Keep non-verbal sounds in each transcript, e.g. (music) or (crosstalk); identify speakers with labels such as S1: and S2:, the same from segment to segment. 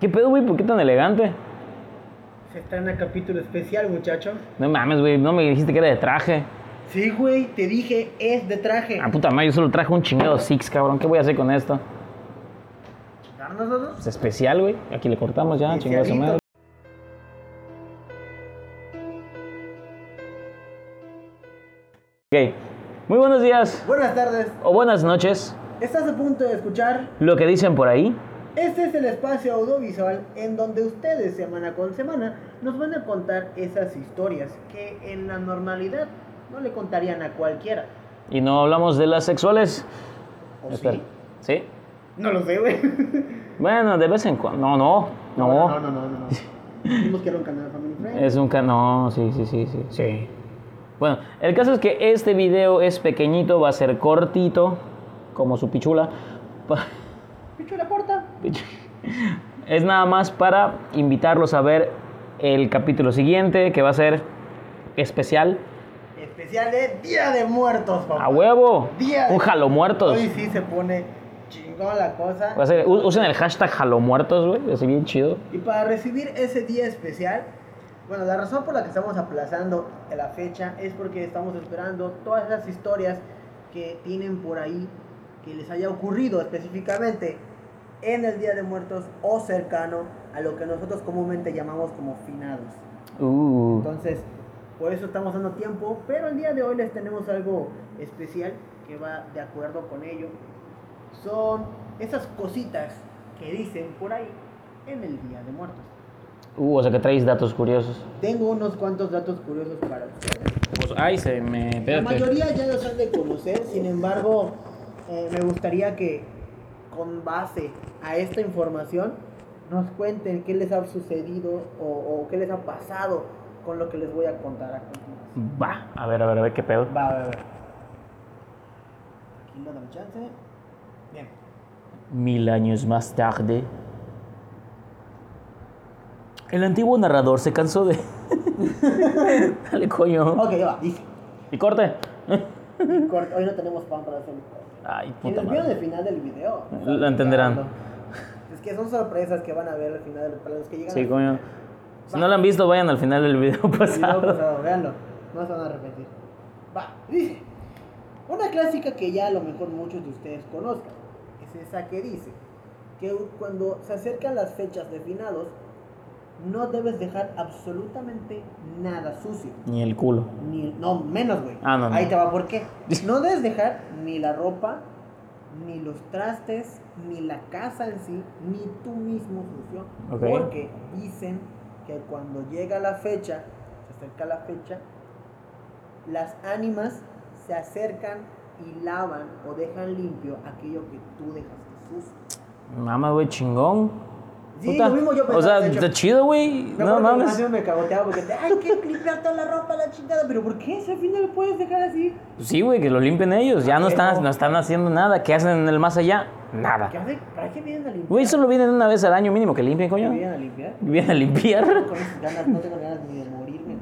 S1: ¿Qué pedo, güey? ¿Por qué tan elegante?
S2: Se estrena capítulo especial, muchacho.
S1: No mames, güey, no me dijiste que era de traje.
S2: Sí, güey, te dije, es de traje.
S1: Ah, puta madre, yo solo traje un chingado Six, cabrón. ¿Qué voy a hacer con esto? pues.
S2: ¿Dárnoslo?
S1: Es especial, güey. Aquí le cortamos ya, chingada su madre. Ok. Muy buenos días
S2: Buenas tardes.
S1: o buenas noches.
S2: Estás a punto de escuchar.
S1: Lo que dicen por ahí.
S2: Este es el espacio audiovisual en donde ustedes semana con semana nos van a contar esas historias que en la normalidad no le contarían a cualquiera.
S1: Y no hablamos de las sexuales.
S2: ¿O
S1: Espera.
S2: sí?
S1: ¿Sí?
S2: No lo sé, güey.
S1: Bueno, de vez en cuando. No, no, (laughs) no. Eh.
S2: no, no, no, no. no. Dijimos que era un canal family friend.
S1: Es un canal. No, sí, sí, sí, sí, sí. Bueno, el caso es que este video es pequeñito, va a ser cortito, como su pichula. Pa- (laughs)
S2: Picho la puerta.
S1: Es nada más para invitarlos a ver el capítulo siguiente, que va a ser especial.
S2: Especial de Día de Muertos, papá.
S1: ¡A huevo!
S2: Día de-
S1: Un jalomuertos.
S2: Hoy sí se pone chingón la cosa.
S1: Va a ser- u- usen el hashtag jalomuertos, güey. Así bien chido.
S2: Y para recibir ese día especial, bueno, la razón por la que estamos aplazando la fecha es porque estamos esperando todas esas historias que tienen por ahí, que les haya ocurrido específicamente en el Día de Muertos o cercano a lo que nosotros comúnmente llamamos como finados.
S1: Uh.
S2: Entonces, por eso estamos dando tiempo, pero el día de hoy les tenemos algo especial que va de acuerdo con ello. Son esas cositas que dicen por ahí en el Día de Muertos.
S1: Uh, o sea que traéis datos curiosos.
S2: Tengo unos cuantos datos curiosos para ustedes.
S1: Pues, ay, se me.
S2: La
S1: espérate.
S2: mayoría ya los han de conocer, sin embargo, eh, me gustaría que con base a esta información nos cuenten qué les ha sucedido o, o qué les ha pasado con lo que les voy a contar a continuación.
S1: Va, a ver, a ver, a ver qué pedo.
S2: Va, va, va. Aquí no dame chance. Bien.
S1: Mil años más tarde. El antiguo narrador se cansó de. (laughs) Dale, coño.
S2: Ok, ya va, dice.
S1: Y corte.
S2: Corte, Hoy no tenemos pan para hacer el corte.
S1: Ay, puta
S2: Quienes vieron
S1: madre.
S2: el final del video.
S1: Lo entenderán.
S2: Es que son sorpresas que van a ver al final del para los que llegan.
S1: Sí,
S2: al
S1: coño. Si no lo han visto, vayan al final del video (laughs)
S2: video
S1: pasado.
S2: pasado, véanlo. No se van a arrepentir. Va, dice. Una clásica que ya a lo mejor muchos de ustedes conozcan. Es esa que dice que cuando se acercan las fechas de finados, no debes dejar absolutamente nada sucio.
S1: Ni el culo.
S2: ni no menos güey
S1: Ah, no, no.
S2: ahí te va por
S1: (laughs)
S2: qué no debes dejar ni la ropa ni los trastes ni la casa en sí ni tú mismo sucio
S1: Ok.
S2: porque dicen que cuando llega la fecha se acerca la fecha las ánimas se acercan y lavan o dejan limpio aquello que tú dejaste sucio
S1: Mamá, güey, chingón.
S2: sí
S1: Puta.
S2: lo mismo yo
S1: O
S2: pensaba
S1: sea,
S2: de hecho.
S1: está chido, güey.
S2: Me
S1: No
S2: acuerdo que
S1: mames.
S2: mi mamá me cagoteaba porque te- ay que (laughs) limpiar toda la ropa la chingada pero por qué si al final lo puedes dejar así
S1: Sí, güey, que lo limpien ellos. Ya no están, no están haciendo nada. ¿Qué hacen en el más allá? Nada.
S2: ¿Qué hace? ¿Para qué vienen a limpiar?
S1: Ah. Güey, solo vienen una vez al año mínimo que limpien,
S2: ¿Para qué
S1: coño.
S2: vienen a limpiar?
S1: Vienen a limpiar.
S2: Con esas ganas, no tengo ganas ni de morirme.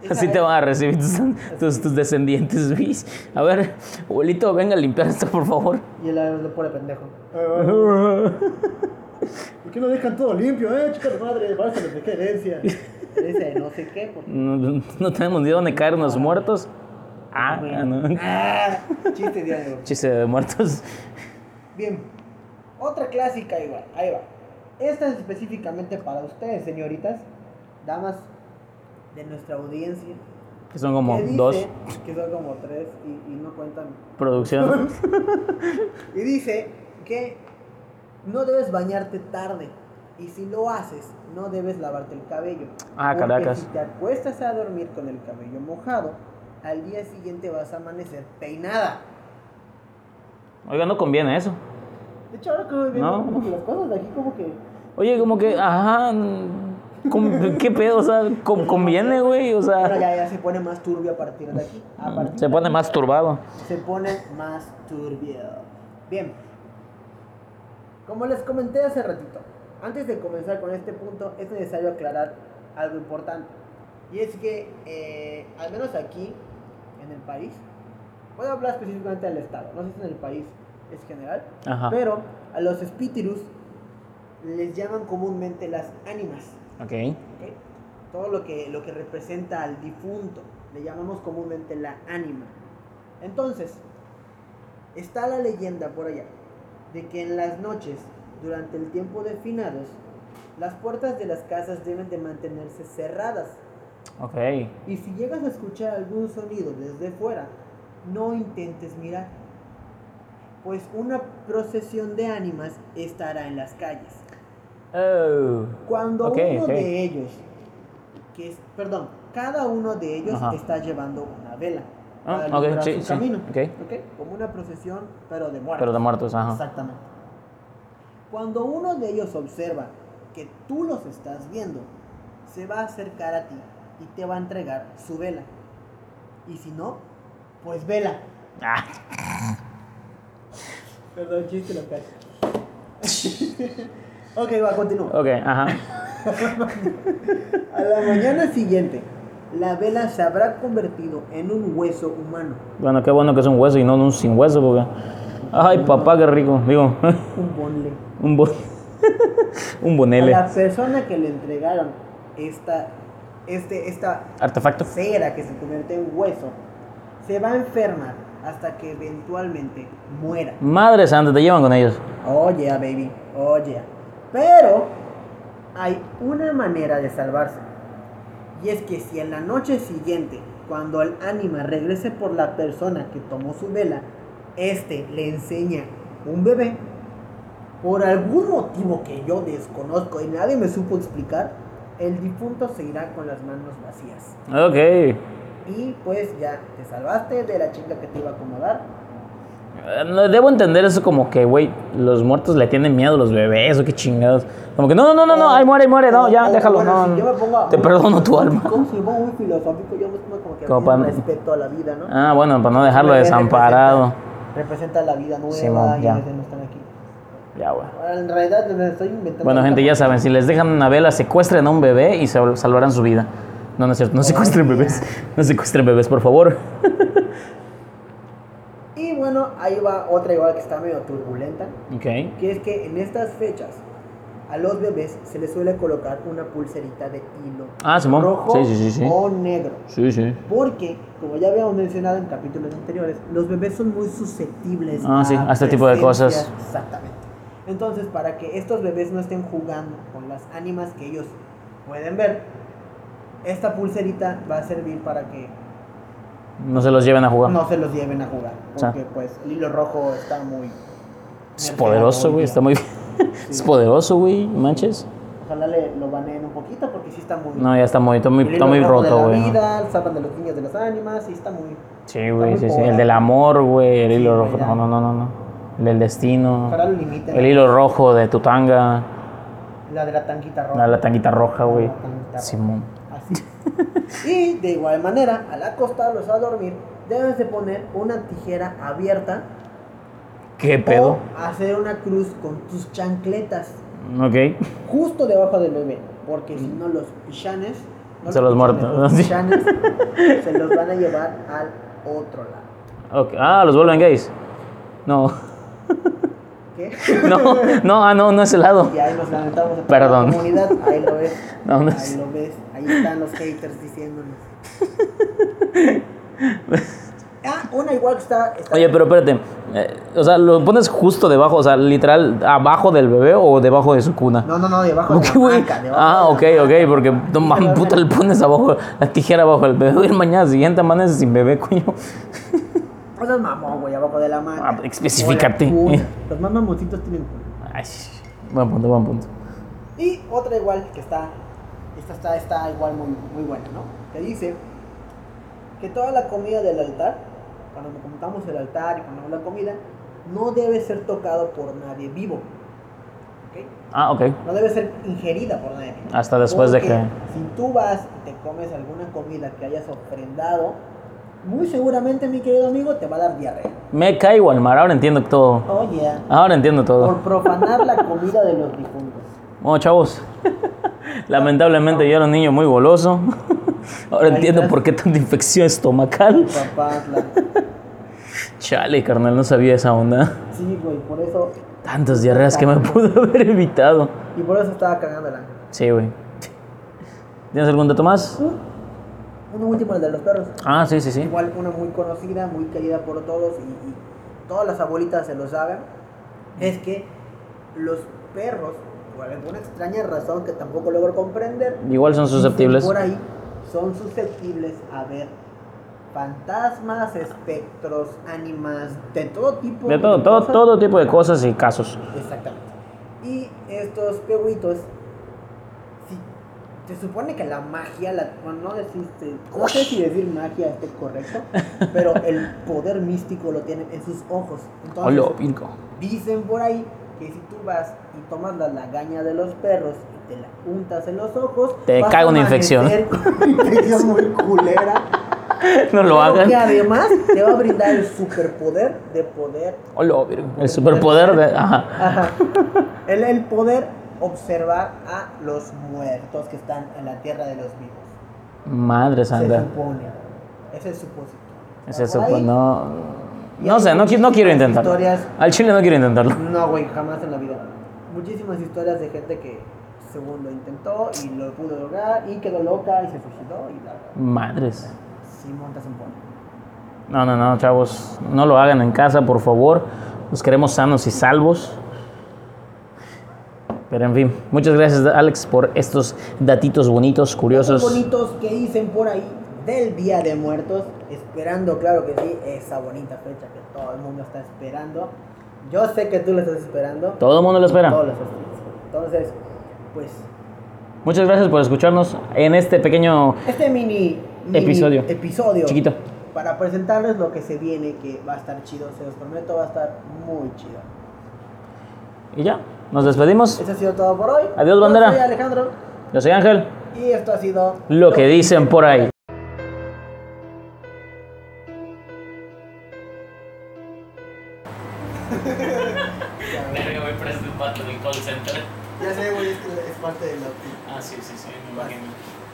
S2: Esa
S1: Así te
S2: vez-
S1: van a recibir tus, tus, tus descendientes, Luis. A ver, abuelito, venga a limpiar esto, por favor.
S2: Y el abuelo pone pendejo. (laughs) ¿Por qué no dejan todo limpio, eh? Chica de madre, vamos a la (laughs) herencia. Herencia de no sé qué, por
S1: No, no tenemos ni dónde caer los muertos. Ah, ah, no.
S2: Ah, chiste de algo.
S1: Chiste de muertos.
S2: Bien. Otra clásica igual. Ahí va. Esta es específicamente para ustedes, señoritas, damas de nuestra audiencia.
S1: Que son como
S2: que dice
S1: dos
S2: Que son como tres y- y no cuentan
S1: producción.
S2: Y dice que no debes bañarte tarde. Y si lo haces, no debes lavarte el cabello.
S1: Ah,
S2: Porque
S1: Caracas.
S2: Si te acuestas a dormir con el cabello mojado, al día siguiente vas a amanecer peinada.
S1: Oiga, no conviene eso.
S2: De hecho, ahora que voy viendo
S1: No.
S2: como que las cosas de aquí
S1: (laughs)
S2: como que...
S1: Oye, como que, ajá. com- ¿Qué pedo? O sea, com- conviene, güey. O
S2: Ahora
S1: sea,
S2: ya, ya se pone más turbio a partir de aquí. A partir
S1: Mm, se
S2: de
S1: pone
S2: aquí
S1: más turbado.
S2: Se pone más turbio. Bien. Como les comenté hace ratito, antes de comenzar con este punto es necesario aclarar algo importante. Y es que, eh, al menos aquí, en el país, voy a hablar
S1: Ah.
S2: específicamente del Estado, no sé si en el país es general,
S1: Ajá.
S2: pero a los espíritus les llaman comúnmente las ánimas.
S1: Ok.
S2: ¿ok? Todo lo que, lo que representa al difunto, le llamamos comúnmente la ánima. Entonces, está la leyenda por allá de que en las noches, durante el tiempo de finados, las puertas de las casas deben de mantenerse cerradas.
S1: Ok.
S2: Y si llegas a escuchar algún sonido desde fuera, no intentes mirar, pues una procesión de ánimas estará en las calles.
S1: Oh.
S2: Cuando
S1: Ok,
S2: uno
S1: ok.
S2: de ellos, que es, perdón, cada uno de ellos
S1: Ajá.
S2: está llevando una vela
S1: Ah,
S2: para
S1: ok,
S2: alumbrar
S1: sí,
S2: su
S1: sí,
S2: camino,
S1: ok.
S2: ¿ok? como una procesión, pero de muerte.
S1: Pero de muertos, ajá.
S2: Exactamente. Cuando uno de ellos observa que tú los estás viendo, se va a acercar a ti y te va a entregar su vela. Y si no, pues vela.
S1: Ah,
S2: Perdón, chiste local. (laughs) ok, va, continúa.
S1: ok, ajá.
S2: A la mañana siguiente, la vela se habrá convertido en un hueso humano.
S1: Bueno, qué bueno que es un hueso y no un sin hueso, porque. Ay, papá, qué rico. Digo, (laughs)
S2: Un bonle.
S1: un bon. (laughs) un
S2: A
S1: bonele.
S2: la persona que le entregaron esta, este, esta
S1: Artefacto.
S2: cera que se convierte en hueso, se va a enfermar hasta que eventualmente muera.
S1: Madre santa, te llevan con ellos.
S2: Oh yeah, baby. Oh yeah. Pero hay una manera de salvarse. Y es que si en la noche siguiente, cuando el ánima regrese por la persona que tomó su vela, este le enseña un bebé, por algún motivo que yo desconozco y nadie me supo explicar, el difunto se irá con las manos vacías.
S1: Ok. Eh,
S2: Y pues ya te salvaste de la chica que te iba a acomodar.
S1: Eh, no, Debo entender eso como que, güey, los muertos le tienen miedo a los bebés o qué chingados. Como que, no, no, no, no,
S2: O-
S1: ahí muere, ahí muere, no,
S2: o-
S1: ya,
S2: o,
S1: déjalo,
S2: Oh. bueno,
S1: no.
S2: si
S1: no.
S2: yo me pongo a-
S1: Te perdono tu alma.
S2: (laughs) ¿Cómo se llama? Muy filosófico, yo me pongo como que
S1: Como
S2: como
S1: para-
S2: respeto a la vida, ¿no?
S1: Ah, bueno, para no dejarlo
S2: Bebé
S1: desamparado.
S2: Representa, representa la vida nueva
S1: Simón,
S2: y
S1: ya.
S2: a veces no están aquí.
S1: Ya, güey.
S2: En realidad me estoy inventando.
S1: Bueno, gente, ya saben, si les dejan una vela, secuestren a un bebé y sal- salvarán su vida. No, no es cierto, no secuestren bebés. No secuestren bebés, por favor.
S2: Y bueno, ahí va otra igual que está medio turbulenta,
S1: Ok.
S2: que es que en estas fechas a los bebés se les suele colocar una pulserita de hilo
S1: Ah, Simón.
S2: rojo
S1: Sí, sí, sí, sí.
S2: o negro.
S1: Sí, sí.
S2: Porque, como ya habíamos mencionado en capítulos anteriores, los bebés son muy susceptibles
S1: Ah, sí, a este tipo de
S2: presencias-
S1: cosas.
S2: Exactamente. Entonces, para que estos bebés no estén jugando con las ánimas que ellos pueden ver, esta pulserita va a servir para que
S1: No se los lleven a jugar.
S2: no se los lleven a jugar.
S1: O sea.
S2: Porque, pues, el hilo rojo está muy.
S1: es poderoso, güey. Está muy. es poderoso, güey. Manches.
S2: Ojalá le, lo baneen un poquito porque sí está muy.
S1: No, ya está muy, está muy,
S2: el
S1: está
S2: hilo
S1: muy
S2: rojo de
S1: roto,
S2: la
S1: güey.
S2: vida, salvan de los niños de las ánimas, sí está muy.
S1: Sí, güey,
S2: muy
S1: sí, sí.
S2: pobre.
S1: El del amor, güey. El
S2: Sí,
S1: hilo
S2: güey,
S1: rojo.
S2: ya.
S1: No, no, no, no. no. El del destino.
S2: Ojalá lo limiten.
S1: El hilo rojo de tu tanga.
S2: La de la tanquita roja.
S1: La, la tanguita roja, güey.
S2: La tanguita roja.
S1: Simón.
S2: Así. (laughs) y de igual manera, al acostarlos a dormir, debes de poner una tijera abierta
S1: ¿Qué pedo?
S2: o hacer una cruz con tus chancletas
S1: Ok.
S2: justo debajo del bebé, porque si no los pichanes, no
S1: Se los
S2: pichanes,
S1: muerto, (laughs)
S2: los
S1: sí.
S2: pichanes se los van a llevar al otro lado.
S1: Ok. Ah, los vuelven gays. No.
S2: ¿Qué?
S1: No, no, ah, no, no es helado.
S2: Y ahí nos lamentamos a toda
S1: Perdón.
S2: la comunidad, ahí lo ves,
S1: (laughs) No, no
S2: ahí
S1: es.
S2: lo ves, ahí están los
S1: (laughs)
S2: haters diciéndonos. Ah, una igual que está, está
S1: Oye, pero espérate. eh, o sea, ¿lo pones justo debajo? O sea, literal, abajo del bebé o debajo de su cuna?
S2: No, no, no, debajo
S1: Ok,
S2: de la
S1: güey.
S2: banca, debajo
S1: Ah, ok,
S2: de la
S1: ok,
S2: banca.
S1: porque no mames, puta, le pones abajo la tijera abajo del bebé. Y mañana siguiente amanece sin bebé, coño.
S2: O sea, mamón, güey, abajo de la mano.
S1: Ah, especificate.
S2: Los más mamoncitos tienen cuna.
S1: Ay, buen punto, buen punto.
S2: Y otra igual que está, esta está, está igual muy, muy buena, ¿no? Que dice que toda la comida del altar, cuando contamos el altar y ponemos la comida, no debe ser tocado por nadie vivo. ¿ok?
S1: Ah, ok.
S2: No debe ser ingerida por nadie vivo.
S1: Hasta después de
S2: Porque
S1: que.
S2: Si tú vas y te comes alguna comida que hayas ofrendado, muy seguramente, mi querido amigo, te va a dar diarrea.
S1: Me caigo al mar, ahora entiendo todo.
S2: Oye,
S1: Ahora entiendo
S2: por
S1: todo.
S2: profanar la comida de los difuntos.
S1: Bueno,
S2: (laughs)
S1: chavos. Lamentablemente yo era un niño muy goloso. (laughs) Ahora
S2: Ahí
S1: entiendo
S2: estás.
S1: por qué tanta infección estomacal.
S2: Papá, la-
S1: Chale, carnal, no sabía esa onda.
S2: sí, güey, por eso
S1: Tantas diarreas que me (laughs) pudo haber evitado.
S2: Y por eso estaba cagando la
S1: Sí, güey. ¿Tienes algún dato más?
S2: Uno último, el de los perros.
S1: Ah, sí, sí, sí.
S2: Igual una muy conocida, muy querida por todos y, y todas las abuelitas se lo saben, es que los perros, por alguna extraña razón que tampoco logro comprender,
S1: Igual son susceptibles.
S2: por ahí son susceptibles a ver fantasmas, espectros, ánimas, de todo tipo.
S1: De todo, todo,
S2: cosas.
S1: todo tipo de cosas y casos.
S2: Exactamente. Y estos pehuitos, sí, se supone que la magia, la, bueno, no, decir- se- no sé si decir magia esté
S1: (laughs)
S2: correcto, pero el poder místico lo tienen en sus ojos. Entonces,
S1: Hola, Virgo.
S2: dicen por ahí que si tú vas y tomas la lagaña de los perros y te la juntas en los ojos,
S1: Te
S2: vas
S1: cae
S2: a
S1: una infección.
S2: amanecer con Una infección muy culera.
S1: (laughs) (laughs) No lo
S2: pero Que
S1: hagan.
S2: además te va a brindar el superpoder de poder
S1: Hola, Virgo. El superpoder de. Ajá.
S2: Ajá. El, el poder observar a los muertos que están en la tierra de los vivos.
S1: Madre
S2: Se
S1: santa.
S2: supone. Ese es supositorio.
S1: Es eso,
S2: Por ahí,
S1: pues no.
S2: Y
S1: No
S2: hay
S1: sé, no, qui- no quiero
S2: muchísimas
S1: intentarlo.
S2: historias.
S1: Al chile no quiero intentarlo.
S2: No, güey, jamás en la vida. Muchísimas historias de gente que según lo intentó y lo pudo lograr y quedó loca y se suicidó y bla, bla.
S1: Madres.
S2: Sí, montas un pony.
S1: No, no, no, chavos. No lo hagan en casa, por favor. Nos queremos sanos y salvos. Pero en fin, muchas gracias Alex por estos datitos bonitos,
S2: Los
S1: curiosos.
S2: bonitos que dicen por ahí del Día de Muertos, esperando, claro que sí, esa bonita fecha que todo el mundo está esperando. Yo sé que tú la estás esperando.
S1: Todo el mundo lo
S2: Todos
S1: espera.
S2: los festivales. Entonces, pues,
S1: Muchas gracias por escucharnos en este pequeño...
S2: este mini, mini
S1: Episodio.
S2: episodio
S1: Chiquito.
S2: para presentarles lo que se viene, que va a estar chido, se los prometo, va a estar muy chido.
S1: Y ya, nos despedimos.
S2: Eso ha sido todo por hoy.
S1: Adiós,
S2: Yo
S1: bandera.
S2: soy Alejandro
S1: Yo soy Ángel.
S2: y esto ha sido
S1: Lo que dicen por ahí.
S2: Ya sé, güey, es, que es parte de la...
S1: Ah, sí, sí, sí, me
S2: imagino.